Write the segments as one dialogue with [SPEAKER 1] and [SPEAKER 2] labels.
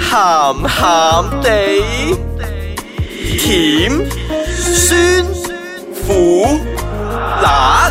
[SPEAKER 1] 鹹鹹地，甜酸苦辣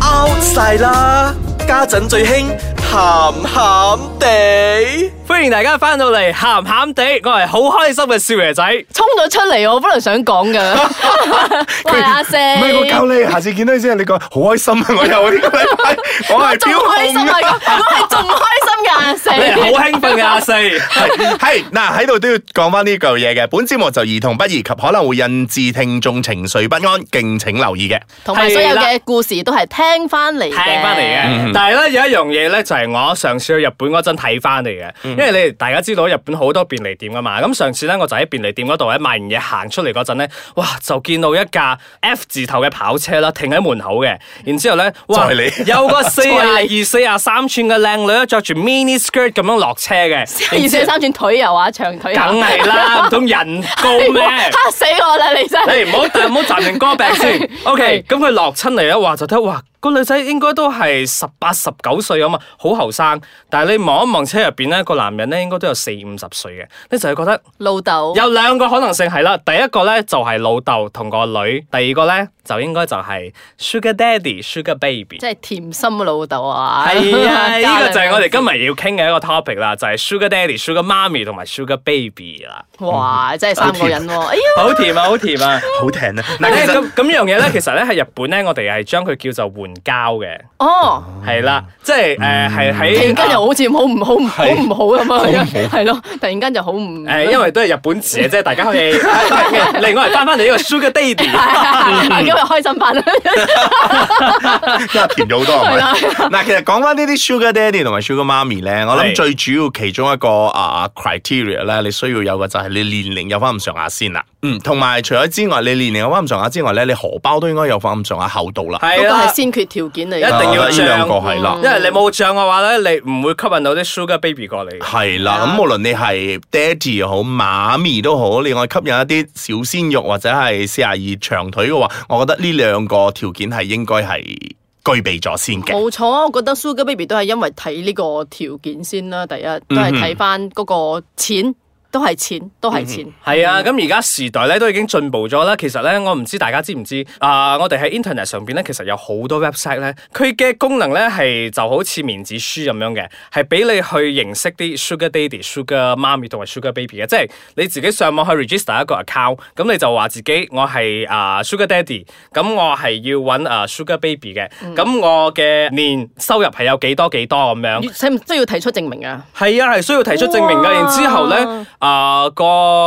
[SPEAKER 1] out 晒啦！家陣最興鹹鹹地。
[SPEAKER 2] 歡迎大家翻到嚟，咸咸地，我係好開心嘅少爺 仔。
[SPEAKER 3] 衝咗出嚟，我本來想 講噶。喂，阿四，
[SPEAKER 4] 唔係我教你，下次見到你先，你講好開心啊！我有呢個禮拜，我係
[SPEAKER 3] 仲
[SPEAKER 4] 飆
[SPEAKER 3] 開心
[SPEAKER 4] 紅
[SPEAKER 3] 啊！我係仲開心嘅阿四。
[SPEAKER 2] 你係好興奮嘅阿 四，
[SPEAKER 4] 係嗱，喺度都要講翻呢句嘢嘅。本節目就兒童不宜及可能會引致聽眾情緒不安，敬請留意嘅。
[SPEAKER 3] 同埋所有嘅故事都係聽翻嚟嘅，
[SPEAKER 2] 聽翻嚟嘅。
[SPEAKER 4] 嗯
[SPEAKER 2] 但係咧有一樣嘢咧，就係我上次去日本嗰陣睇翻嚟嘅，
[SPEAKER 3] 嗯
[SPEAKER 2] 因為你哋大家知道日本好多便利店噶嘛。咁上次咧我就喺便利店嗰度咧買完嘢行出嚟嗰陣咧，哇就見到一架 F 字頭嘅跑車啦，停喺門口嘅。然之後咧，哇
[SPEAKER 4] 就係 你
[SPEAKER 2] 有個四廿二、四廿三寸嘅靚女咧，着住 mini skirt 咁樣落車嘅，
[SPEAKER 3] 而且三寸啊腿又話長腿又話，
[SPEAKER 2] 梗係啦，唔通人高咩？
[SPEAKER 3] 嚇死我啦！你真係。
[SPEAKER 2] 你唔好唔好暫停歌病 先。OK，咁佢落親嚟咧，話就睇哇，個女仔應該都係十八十九歲咁啊，好後生。但係你望一望車入邊咧，個男人咧應該都有四五十歲嘅，你就係覺得
[SPEAKER 3] 老豆，
[SPEAKER 2] 有兩個可能性係啦。第一個咧就係老豆同個女，第二個咧就應該就係 Sugar Daddy、Sugar Baby。
[SPEAKER 3] 即係甜心嘅老豆啊！
[SPEAKER 2] 係啊，
[SPEAKER 3] 家
[SPEAKER 2] 呢個
[SPEAKER 3] 兩
[SPEAKER 2] 就係我哋今日要傾嘅一個 topic 啦，就係 Sugar Daddy、Sugar Mommy 同埋 Sugar Baby 啦。
[SPEAKER 3] 哇，真係三個人喎！哎呀，
[SPEAKER 2] 好甜啊，好甜啊！
[SPEAKER 4] 好聽啊！嗱，
[SPEAKER 2] 嗱，
[SPEAKER 4] 其實
[SPEAKER 2] 咁咁樣嘢咧，其實咧喺日本咧，我哋係將佢叫做援交嘅，
[SPEAKER 3] 哦，
[SPEAKER 2] 係啦，即係
[SPEAKER 4] 嗯
[SPEAKER 2] 誒係
[SPEAKER 3] 突然間
[SPEAKER 2] 喺。
[SPEAKER 3] 又好似好唔好唔好唔好咁樣，
[SPEAKER 4] 係
[SPEAKER 3] 係咯，突然間就好唔
[SPEAKER 2] 誒，呃因為都係日本字嘅啫，大家可以另外翻翻嚟呢個 Sugar Daddy，
[SPEAKER 3] 今日開心翻啦，
[SPEAKER 4] 真係甜咗好多係啊
[SPEAKER 3] 係啦
[SPEAKER 4] 咪？嗱，其實講翻呢啲 Sugar Daddy 同埋 Sugar Mommy 咧，我
[SPEAKER 2] 係
[SPEAKER 4] 諗最主要其中一個啊 criteria 咧，你需要有嘅就係你年齡有翻咁上下先啦。嗯，同埋除咗之外，你年齡有翻咁上下之外咧，你荷包都應該有翻咁上下厚度啦。
[SPEAKER 3] 嗰
[SPEAKER 2] 係
[SPEAKER 3] 個
[SPEAKER 2] 啦
[SPEAKER 3] 係，先決條件嚟
[SPEAKER 2] 一
[SPEAKER 3] 嘅。
[SPEAKER 2] 定要
[SPEAKER 4] 我覺得呢兩個係啦。
[SPEAKER 2] 因為你冇漲嘅話咧，你唔會吸引到啲 Sugar Baby 過嚟嘅。
[SPEAKER 4] 係啦，咁無論你係爹哋又好，媽咪都好，你外吸引一啲小鮮肉或者係四廿二長腿嘅話，我覺得呢兩個條件係應該係具備咗先嘅。
[SPEAKER 3] 冇錯啊！我覺得 Sugar Baby 都係因為睇呢個條件先啦，第一
[SPEAKER 2] 嗯
[SPEAKER 3] 都係睇翻嗰個錢，都係錢，都係錢。
[SPEAKER 2] 係啊，咁而家時代咧都已經進步咗啦。其實咧，我唔知大家知唔知啊、我哋喺 Internet 上邊咧，其實有好多 website 咧，佢嘅功能咧係就好似面子書咁樣嘅，係俾你去認識啲 Sugar Daddy、Sugar Mommy 同埋 Sugar Baby 嘅。即係你自己上網去 register 一個 account，咁你就話自己我係啊、Sugar Daddy，咁我係要揾啊、Sugar Baby 嘅，咁、我嘅年收入係有幾多幾多咁樣。
[SPEAKER 3] 使唔需要提出證明啊？
[SPEAKER 2] 係啊，係需要提出證明嘅。
[SPEAKER 3] 哇
[SPEAKER 2] 然之後咧，啊個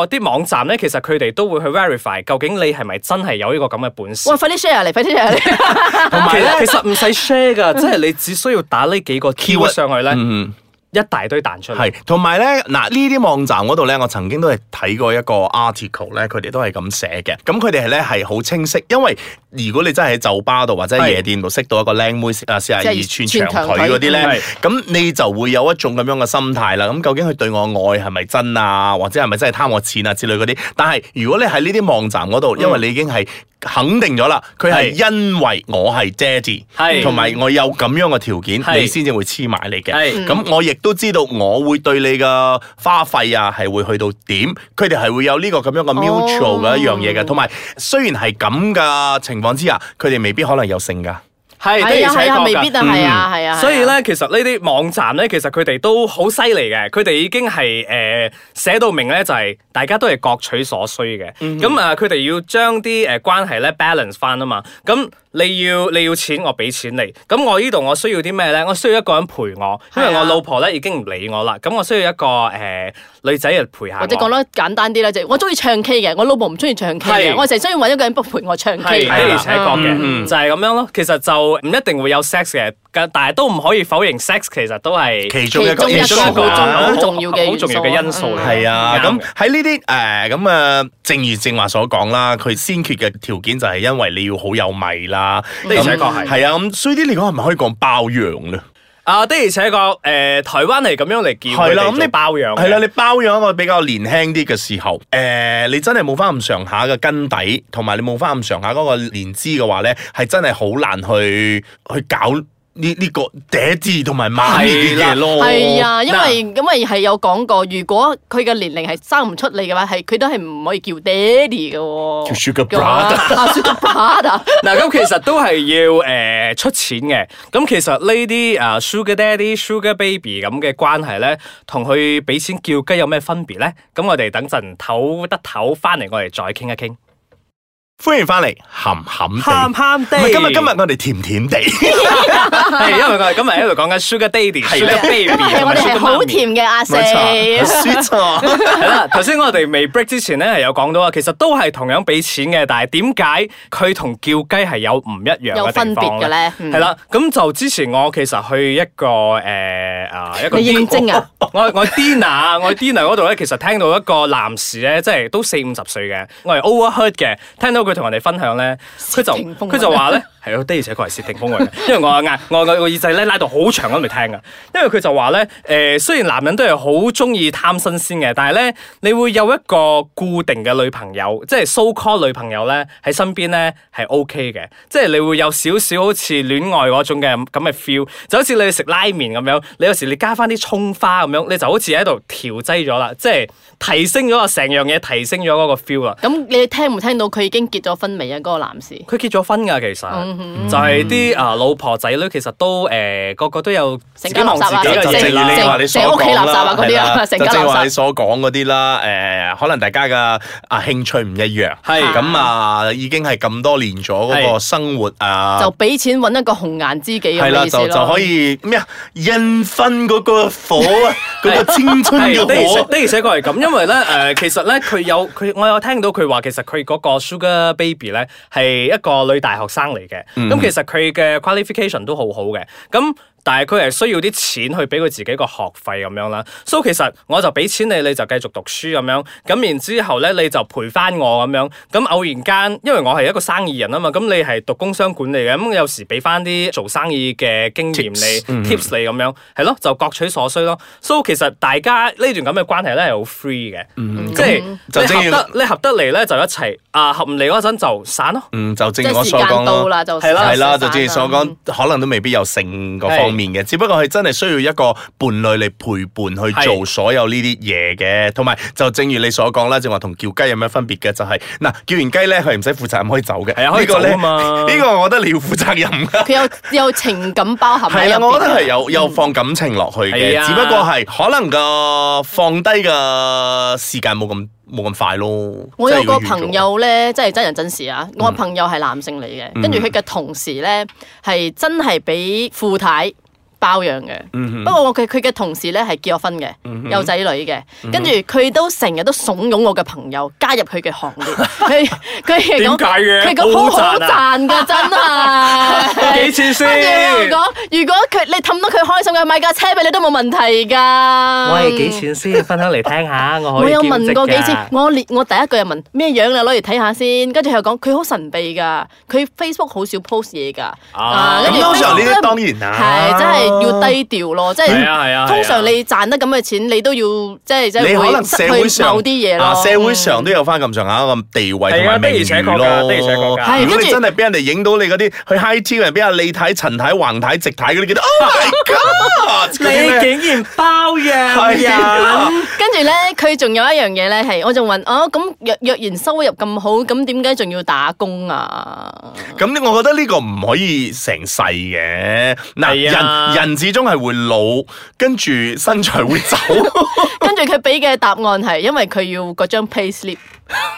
[SPEAKER 2] 啲網站咧，其實佢哋都會去 verify 究竟你係咪真係有呢個咁嘅本事
[SPEAKER 3] 喂，。快啲 share 嚟，快啲 share 嚟！
[SPEAKER 2] 同埋咧，其實唔使 share 噶，即係你只需要打呢幾個 keyword
[SPEAKER 4] Keyword
[SPEAKER 2] 上去咧，
[SPEAKER 4] 嗯，
[SPEAKER 2] 一大堆彈出嚟。
[SPEAKER 4] 係，同埋咧，嗱呢啲網站嗰度咧，我曾經都係睇過一個 article 咧，佢哋都係咁寫嘅。咁佢哋係咧係好清晰，因為如果你真係喺酒吧度或者
[SPEAKER 2] 係
[SPEAKER 4] 夜店度識到一個靚妹啊四廿二寸
[SPEAKER 3] 即係
[SPEAKER 4] 長腿嗰
[SPEAKER 3] 長
[SPEAKER 4] 啲
[SPEAKER 2] 腿
[SPEAKER 4] 咧，咁你就會有一種咁樣嘅心態啦。咁究竟佢對我愛係咪真啊，或者係咪真係貪我錢啊之類嗰啲？但係如果你喺呢啲網站嗰度，因為你已經係肯定咗啦，佢係
[SPEAKER 2] 嗯係
[SPEAKER 4] 因為我係爹
[SPEAKER 2] 係
[SPEAKER 4] 哋，同埋我有咁樣嘅條件，
[SPEAKER 2] 係
[SPEAKER 4] 你先至會黐埋你嘅。
[SPEAKER 2] 係
[SPEAKER 4] 咁我亦都知道我會對你嘅花費啊係會去到點，佢哋係會有呢個咁
[SPEAKER 2] 哦
[SPEAKER 4] 樣嘅 mutual 嘅一樣嘢嘅，同埋雖然係咁嘅情況之下，佢哋未必可能有性㗎。
[SPEAKER 2] 係的
[SPEAKER 3] 係啊
[SPEAKER 2] 而且
[SPEAKER 3] 係啊，
[SPEAKER 2] 確
[SPEAKER 3] 未
[SPEAKER 2] 㗎嗯
[SPEAKER 3] 必啊，係
[SPEAKER 4] 嗯
[SPEAKER 3] 啊係啊。
[SPEAKER 2] 所以咧，其實呢啲網站咧，其實佢哋都好犀利嘅，佢哋已經係誒寫到明咧，就係、大家都係各取所需嘅。
[SPEAKER 3] 嗯
[SPEAKER 2] 咁啊、佢哋要將啲誒關係咧 balance 翻啊嘛。咁你要你要錢，我俾錢你。咁我呢度我需要啲咩咧？我需要一個人陪我，因為
[SPEAKER 3] 係啊
[SPEAKER 2] 我老婆咧已經唔理我啦。咁我需要一個誒、呃女仔嚟陪下我。
[SPEAKER 3] 或者講得簡單啲咧，就係我中意唱 K 嘅，我老婆唔中意唱 K
[SPEAKER 2] 係
[SPEAKER 3] 嘅，我成日中意揾一個人陪我唱
[SPEAKER 2] 係
[SPEAKER 3] K
[SPEAKER 2] 的
[SPEAKER 4] 係
[SPEAKER 2] 而
[SPEAKER 4] 啦
[SPEAKER 2] 且
[SPEAKER 3] 啊
[SPEAKER 2] 確
[SPEAKER 4] 嗯
[SPEAKER 2] 嘅，
[SPEAKER 4] 嗯
[SPEAKER 2] 就係咁樣咯。其實就唔一定會有 sex 嘅，但係都唔可以否認 sex 其實都係
[SPEAKER 4] 其中一個
[SPEAKER 3] 其
[SPEAKER 2] 其中一個
[SPEAKER 3] 好重
[SPEAKER 4] 啊
[SPEAKER 3] 好重要嘅
[SPEAKER 2] 好重要嘅因素嚟嘅。
[SPEAKER 4] 係啊，
[SPEAKER 2] 啱
[SPEAKER 4] 咁
[SPEAKER 2] 嘅
[SPEAKER 4] 喺呢啲誒咁啊，正如正話所講啦，佢先決嘅條件就係因為你要好有米啦，
[SPEAKER 2] 嗯的而且確係
[SPEAKER 4] 係啊，咁所以啲嚟講係咪可以講包養咧？
[SPEAKER 2] 啊的而且確，誒、台灣係咁樣嚟叫佢
[SPEAKER 4] 係啦
[SPEAKER 2] 哋
[SPEAKER 4] 咁
[SPEAKER 2] 做
[SPEAKER 4] 你
[SPEAKER 2] 包養嘅，
[SPEAKER 4] 係啦，你包養一個比較年輕啲嘅時候，誒、你真係冇翻咁上下嘅根底，同埋你冇翻咁上下嗰個年資嘅話咧，係真係好難去去搞呢呢個爹字同埋媽呢啲嘢咯。
[SPEAKER 3] 係啊，因
[SPEAKER 2] 哦嗱
[SPEAKER 3] 為因為係有講過，如果佢嘅年齡係生唔出嚟嘅話，係佢都係唔可以叫爹哋嘅喎。
[SPEAKER 4] 叫 Sugar
[SPEAKER 3] 嘅話
[SPEAKER 4] Brother
[SPEAKER 3] 啊，Sugar Brother，
[SPEAKER 2] 嗱，咁其實都係要誒、呃出錢嘅。咁其實呢啲啊 Sugar Daddy、Sugar Baby 咁嘅關係咧，同佢俾錢叫雞有咩分別咧？咁我哋等陣唞得唞翻嚟，我哋再傾一傾。
[SPEAKER 4] 歡迎翻嚟，鹹鹹
[SPEAKER 2] 鹹
[SPEAKER 4] 地。
[SPEAKER 2] 鹹
[SPEAKER 4] 唔
[SPEAKER 2] 地，
[SPEAKER 4] 係今日今日我哋甜 甜地，
[SPEAKER 2] 係因為我哋今日喺度講緊 Sugar Daddy、
[SPEAKER 4] 啊係
[SPEAKER 2] Sugar
[SPEAKER 4] 啦
[SPEAKER 2] Baby
[SPEAKER 3] 因為
[SPEAKER 2] 同
[SPEAKER 3] 我
[SPEAKER 2] 埋
[SPEAKER 3] 哋係
[SPEAKER 2] Sugar
[SPEAKER 3] 好
[SPEAKER 2] Mommy
[SPEAKER 3] 甜嘅阿四。
[SPEAKER 4] 冇錯啊
[SPEAKER 2] 係啦，頭先我哋未 break 之前咧係有講到啊，其實都係同樣俾錢嘅，但係點解佢同叫雞係有唔一樣
[SPEAKER 3] 有
[SPEAKER 2] 嘅地
[SPEAKER 3] 分
[SPEAKER 2] 方
[SPEAKER 3] 別
[SPEAKER 2] 咧
[SPEAKER 3] 嘅咧？嗯
[SPEAKER 2] 係啦，咁就之前我其實去一個誒啊一個
[SPEAKER 3] 你應徵啊？
[SPEAKER 2] 我我 dinner 我 dinner 嗰度咧，其實聽到一個男士咧，即係都四五十歲嘅，我係 overheard 嘅，聽到佢同人哋分享咧，佢就
[SPEAKER 3] 竊聽風雲
[SPEAKER 2] 佢就話咧係咯，啊的而且確係竊聽風雲嘅，因為我嗌我我個耳仔咧拉到好長我都未聽噶，因為佢就話咧誒，雖然男人都係好中意貪新鮮嘅，但係咧你會有一個固定嘅女朋友，即係 so call 女朋友咧喺身邊咧係 OK 嘅，即係你會有少少好似戀愛嗰種嘅咁嘅 feel，就好似你食拉麵咁樣，你有時你加翻啲葱花咁樣，你就好似喺度調劑咗啦，即係提升咗啊成樣嘢提升咗嗰個 feel 啦。
[SPEAKER 3] 咁你聽唔聽到佢已經結咗婚未啊？嗰個男士。
[SPEAKER 2] 佢結咗婚㗎，其實、
[SPEAKER 3] 嗯
[SPEAKER 2] 就係啲啊老婆仔女，其實都誒、呃、個個都有自
[SPEAKER 3] 成
[SPEAKER 2] 己
[SPEAKER 3] 家
[SPEAKER 2] 忙
[SPEAKER 3] 垃
[SPEAKER 2] 自
[SPEAKER 3] 圾
[SPEAKER 2] 己
[SPEAKER 3] 啊
[SPEAKER 2] 嘅
[SPEAKER 4] 就正
[SPEAKER 2] 嘢
[SPEAKER 4] 如你話
[SPEAKER 2] 啦。
[SPEAKER 4] 你所
[SPEAKER 3] 成屋企
[SPEAKER 4] 講
[SPEAKER 3] 垃圾
[SPEAKER 4] 啦，
[SPEAKER 3] 啊嗰啲啊
[SPEAKER 4] 係啦
[SPEAKER 3] 成
[SPEAKER 4] 就
[SPEAKER 3] 家
[SPEAKER 4] 正如話
[SPEAKER 3] 垃圾
[SPEAKER 4] 你所講嗰啲啦，誒，可能大家嘅啊興趣唔一樣，
[SPEAKER 2] 係
[SPEAKER 4] 咁啊，已經係咁多年咗嗰個
[SPEAKER 2] 係
[SPEAKER 4] 生活啊，
[SPEAKER 3] 就俾錢揾一個紅顏知己咁
[SPEAKER 4] 係啦，
[SPEAKER 3] 嘅意思
[SPEAKER 4] 就
[SPEAKER 3] 咯。
[SPEAKER 4] 就可以咩啊？印分嗰個火啊，嗰個青春
[SPEAKER 2] 係的而
[SPEAKER 4] 嘅
[SPEAKER 2] 且
[SPEAKER 4] 火。啊
[SPEAKER 2] 的而且確係咁，因為咧誒、呃其實咧佢有佢，我有聽到佢話，其實佢嗰個 Sugar Baby 咧係一個女大學生嚟嘅，咁、其實佢嘅 qualification 都好好嘅，咁但係佢係需要啲錢去俾佢自己個學費咁樣啦，所以其實我就俾錢你，你就繼續讀書咁樣，咁然之後咧你就陪翻我咁樣，咁偶然間因為我係一個生意人啊嘛，咁你係讀工商管理嘅，咁有時俾翻啲做生意嘅經驗
[SPEAKER 4] Tips
[SPEAKER 2] 你 tips 你咁樣，係咯，就各取所需咯。所以其實大家呢段咁嘅關係咧係好 free 嘅，嗯即係
[SPEAKER 4] 就
[SPEAKER 2] 你
[SPEAKER 4] 正
[SPEAKER 2] 合
[SPEAKER 4] 如
[SPEAKER 2] 得你合得嚟咧就一齊，啊合唔嚟嗰陣就散咯。
[SPEAKER 4] 嗯，就正
[SPEAKER 3] 即
[SPEAKER 4] 如我
[SPEAKER 3] 係時
[SPEAKER 4] 所
[SPEAKER 3] 間
[SPEAKER 4] 講
[SPEAKER 3] 到
[SPEAKER 4] 啦。
[SPEAKER 3] 啦，就
[SPEAKER 2] 係啦
[SPEAKER 4] 係啦，就
[SPEAKER 3] 散
[SPEAKER 4] 正如所講
[SPEAKER 3] 嗯，
[SPEAKER 4] 可能都未必有性嗰方面嘅，只不過佢真係需要一個伴侶嚟陪伴去做
[SPEAKER 2] 係
[SPEAKER 4] 所有呢啲嘢嘅，同埋就正如你所講啦，正話同叫雞有咩分別嘅？就係嗱，叫完雞咧，佢唔使負責任可以走嘅，
[SPEAKER 2] 係啊可以
[SPEAKER 4] 呢個呢
[SPEAKER 2] 走啊嘛
[SPEAKER 4] 呢個我覺得你要負責任 㗎。
[SPEAKER 3] 佢有有情感包含
[SPEAKER 4] 係
[SPEAKER 3] 喺
[SPEAKER 4] 啦，
[SPEAKER 3] 入
[SPEAKER 4] 我
[SPEAKER 3] 邊啊
[SPEAKER 4] 覺得係有有放感情落去
[SPEAKER 2] 係
[SPEAKER 4] 嘅，
[SPEAKER 2] 啊
[SPEAKER 4] 只不過係可能個放低嘅時間冇咁冇咁快咯。
[SPEAKER 3] 我
[SPEAKER 4] 即係
[SPEAKER 3] 有個
[SPEAKER 4] 要預咗
[SPEAKER 3] 朋友咧，真係真人真事啊！
[SPEAKER 2] 嗯
[SPEAKER 3] 我朋友係男性嚟嘅，跟住佢嘅同事咧係真係俾富太包養嘅。
[SPEAKER 2] 嗯
[SPEAKER 3] 不過我佢佢嘅同事咧係結咗婚嘅，有仔女嘅，
[SPEAKER 2] 嗯
[SPEAKER 3] 跟住佢都成日都慫恿我嘅朋友加入佢嘅行 列。佢佢係
[SPEAKER 2] 點
[SPEAKER 3] 講
[SPEAKER 2] 解嘅
[SPEAKER 3] 佢講
[SPEAKER 2] 好
[SPEAKER 3] 好好
[SPEAKER 2] 賺啊
[SPEAKER 3] 賺㗎，真係
[SPEAKER 2] 幾錢先
[SPEAKER 3] 跟住我講，如果佢你氹到佢開心嘅，買架車俾你都冇問題㗎。
[SPEAKER 2] 錢先？分享嚟聽下，我
[SPEAKER 3] 我有問過幾
[SPEAKER 2] 幾
[SPEAKER 3] 次， 我列我第一句就問咩樣啦，攞嚟睇下先。跟住佢又講佢好神秘㗎，佢 Facebook 好少 post 嘢㗎。啊
[SPEAKER 4] 咁通常呢啲當然啦，
[SPEAKER 3] 係真係要低調咯，即係
[SPEAKER 2] 係啊係啊係啊
[SPEAKER 3] 通常你賺得咁嘅錢，你都要即係即係
[SPEAKER 4] 你可能
[SPEAKER 3] 會失
[SPEAKER 4] 社會
[SPEAKER 3] 去
[SPEAKER 4] 上
[SPEAKER 3] 某啲嘢
[SPEAKER 4] 啊
[SPEAKER 3] 咯。嗯
[SPEAKER 4] 社會上都有翻咁上下一個地位同
[SPEAKER 2] 係啊
[SPEAKER 4] 埋名譽咯。
[SPEAKER 2] 的而且確㗎的而且確㗎
[SPEAKER 3] 係
[SPEAKER 4] 如果你
[SPEAKER 3] 跟住
[SPEAKER 4] 真係俾人哋影到你嗰啲去 high tea 人，俾阿李太、陳太、橫太、直太嗰啲，記得 Oh my God！嗰啲咩
[SPEAKER 2] 竟然包養
[SPEAKER 4] 係啊
[SPEAKER 3] 跟住咧，佢仲有一樣嘢咧係，我仲問哦，咁若若然收入咁好，咁點解仲要打工啊？
[SPEAKER 4] 咁呢我覺得呢個唔可以成世嘅。
[SPEAKER 2] 係啊
[SPEAKER 4] 嗱，人人始終係會老，跟住身材會 走。
[SPEAKER 3] 跟住佢俾嘅答案係因為佢要嗰張 pay slip，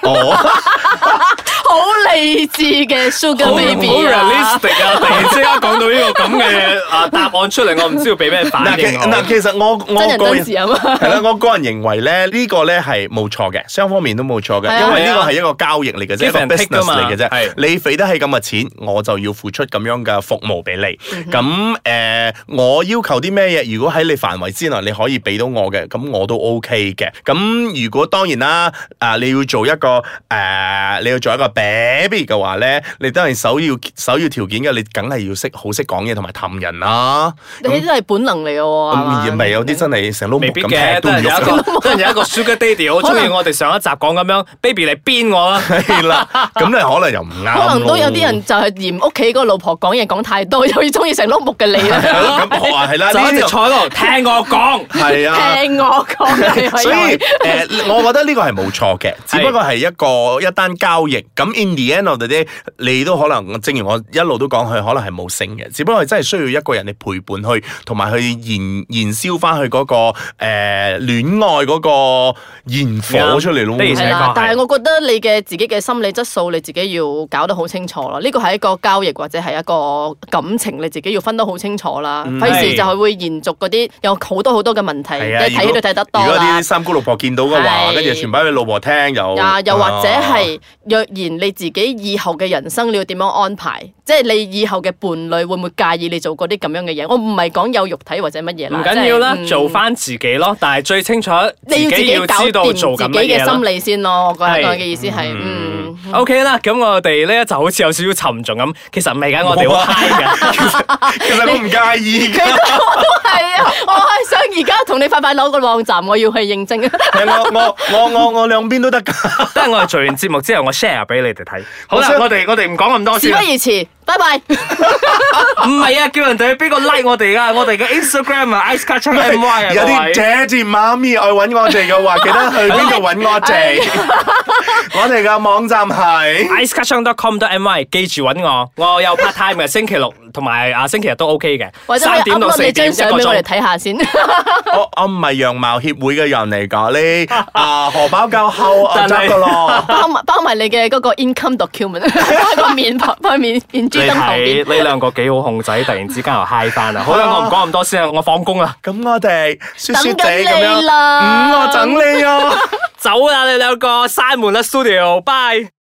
[SPEAKER 4] 哦，
[SPEAKER 3] 好理智嘅 Sugar
[SPEAKER 2] 好好
[SPEAKER 3] Baby 啊！
[SPEAKER 2] realistic 啊！突然之間講到呢個咁嘅啊答案出嚟，我唔知道俾咩
[SPEAKER 4] 嗱，
[SPEAKER 2] 反
[SPEAKER 4] 其
[SPEAKER 2] 應我。
[SPEAKER 4] 嗱，其實我
[SPEAKER 3] 真
[SPEAKER 4] 我
[SPEAKER 3] 人
[SPEAKER 4] 個
[SPEAKER 3] 真
[SPEAKER 4] 人
[SPEAKER 3] 事啊嘛。
[SPEAKER 4] 係啦，我個人認為咧，呢個咧係冇錯嘅，雙方面都冇錯
[SPEAKER 3] 係
[SPEAKER 4] 嘅，
[SPEAKER 3] 啊
[SPEAKER 4] 因為呢個係一個交易嚟嘅
[SPEAKER 2] Give
[SPEAKER 4] 啫，一個
[SPEAKER 2] and take 㗎
[SPEAKER 4] business
[SPEAKER 2] 嘛
[SPEAKER 4] 嚟嘅啫
[SPEAKER 2] 係。
[SPEAKER 4] 你俾得起咁嘅錢，我就要付出咁樣嘅服務俾
[SPEAKER 2] 嗯
[SPEAKER 4] 你。咁誒，我要求啲咩嘢？如果喺你範圍之內，你可以俾到我嘅，咁我都 OK 嘅。咁如果當然啦，啊，你要做一個誒，你要做一個 baby 嘅話咧，你都係首要首要條件嘅，你梗係要識好識講嘢同埋氹人啦。
[SPEAKER 3] 你呢啲係本能嚟嘅喎，係嘛
[SPEAKER 4] 咁而咪有啲真係成碌木
[SPEAKER 2] 未必
[SPEAKER 4] 咁
[SPEAKER 2] 嘅，
[SPEAKER 4] 踢
[SPEAKER 2] 都
[SPEAKER 4] 都唔
[SPEAKER 2] 係有一
[SPEAKER 4] 喐
[SPEAKER 2] 個，都係有一個 Sugar Daddy，好中意我哋上一集講咁樣，baby 你鞭我啦。
[SPEAKER 4] 係啦，咁你可能又唔啱咯。
[SPEAKER 3] 可能都有啲人就係嫌屋企嗰個老婆講嘢講太多，又要中意成碌木嘅你啦。
[SPEAKER 4] 係咯咁我 話係啦，
[SPEAKER 2] 就
[SPEAKER 4] 呢
[SPEAKER 2] 一直
[SPEAKER 4] 啲
[SPEAKER 2] 坐喺度聽我講。
[SPEAKER 4] 係啊。
[SPEAKER 3] 聽我講你
[SPEAKER 4] 所
[SPEAKER 3] 係啊
[SPEAKER 4] 以诶、我覺得呢個係冇錯嘅，只不過係一個一單交易。咁 in the end of the day，你都可能，正如我一路都講，佢可能係冇性嘅，只不過係真係需要一個人嚟陪伴佢，同埋去燃燃燒翻佢嗰個诶戀愛嗰個燃火出嚟咯。
[SPEAKER 2] 啱的而且
[SPEAKER 3] 係
[SPEAKER 2] 確
[SPEAKER 3] 啦
[SPEAKER 2] 係，
[SPEAKER 3] 但係我覺得你嘅自己嘅心理質素你自己要搞得好清楚咯。呢個係一個交易或者係一個感情，你自己要分得好清楚啦。費事就係會延續嗰啲有好多好多嘅問題，
[SPEAKER 4] 嗯係啊，
[SPEAKER 3] 你睇
[SPEAKER 4] 如
[SPEAKER 3] 戲
[SPEAKER 4] 果
[SPEAKER 3] 都睇得
[SPEAKER 4] 如
[SPEAKER 3] 多啊
[SPEAKER 4] 果
[SPEAKER 3] 啦
[SPEAKER 4] 啲。三姑六婆見到嘅話，
[SPEAKER 3] 係
[SPEAKER 4] 跟住全班俾老婆聽又
[SPEAKER 3] 啊，又或者
[SPEAKER 4] 啊
[SPEAKER 3] 係若然你自己以後嘅人生你要點樣安排，即係你以後嘅伴侶會唔會介意你做過啲咁樣嘅嘢？我唔係講有肉體或者乜嘢
[SPEAKER 2] 唔
[SPEAKER 3] 啦，
[SPEAKER 2] 緊要啦，
[SPEAKER 3] 即係嗯
[SPEAKER 2] 做翻自己咯。但係最清楚
[SPEAKER 3] 你要自己
[SPEAKER 2] 要
[SPEAKER 3] 搞
[SPEAKER 2] 知道
[SPEAKER 3] 掂
[SPEAKER 2] 做
[SPEAKER 3] 自
[SPEAKER 2] 緊
[SPEAKER 3] 己
[SPEAKER 2] 乜嘢
[SPEAKER 3] 嘅
[SPEAKER 2] 啦
[SPEAKER 3] 心。理先咯。我覺
[SPEAKER 2] 係
[SPEAKER 3] 得我嘅意思係，嗯，
[SPEAKER 2] O K 啦，咁我哋咧就好似有少少沉重咁，其實唔係㗎，我哋好 high 㗎。
[SPEAKER 4] 其實我唔介意
[SPEAKER 3] 其實我都係啊，我係想而家同你快快攞個網站，我要去認證。
[SPEAKER 4] 係我我我我我兩邊都得㗎。
[SPEAKER 2] 等下我哋做完節目之後，我 share 俾你哋睇。好啦
[SPEAKER 4] 我，想
[SPEAKER 2] 我哋我哋唔講咁多
[SPEAKER 3] 事
[SPEAKER 2] 先
[SPEAKER 3] 不
[SPEAKER 2] 啦。
[SPEAKER 3] 宜遲，拜拜。
[SPEAKER 2] 唔係啊，叫人哋俾個 like 我 哋啊，我哋嘅 Instagram 啊，Ice c a t c h M Y 啊，
[SPEAKER 4] 有
[SPEAKER 2] 各位
[SPEAKER 4] 啲姐字媽咪愛揾我哋嘅話，記得去邊度揾 我
[SPEAKER 2] 哎
[SPEAKER 4] 哋？我哋嘅網站係
[SPEAKER 2] icecutchung.com.my 記住揾我，我有 part time 嘅，星期六同埋啊星期日都 OK
[SPEAKER 3] 或
[SPEAKER 2] 嘅，
[SPEAKER 3] 者你
[SPEAKER 2] 三點到
[SPEAKER 3] upload
[SPEAKER 2] 四
[SPEAKER 3] 你
[SPEAKER 2] 點
[SPEAKER 3] 張
[SPEAKER 2] 一
[SPEAKER 3] 相
[SPEAKER 2] 個
[SPEAKER 3] 俾我哋
[SPEAKER 2] 鐘。
[SPEAKER 3] 睇下先。
[SPEAKER 4] 我我唔係樣貌協會嘅人嚟㗎， 你啊荷包夠厚我
[SPEAKER 2] 但係
[SPEAKER 4] 執㗎咯。
[SPEAKER 3] 包埋包埋你嘅嗰個 income document，個面旁個面面珠
[SPEAKER 2] 你
[SPEAKER 3] 燈旁邊
[SPEAKER 2] 睇。呢兩個幾好控制，突然之間又 high 翻啦！好啦，我唔講咁多先啦，啊我放 工啦，
[SPEAKER 4] 咁我哋雪雪地
[SPEAKER 3] 等緊
[SPEAKER 4] 咁
[SPEAKER 3] 你
[SPEAKER 4] 樣，
[SPEAKER 3] 啦
[SPEAKER 4] 嗯，我等你啊。
[SPEAKER 2] 走啦你兩個，閂門啦 studio，bye。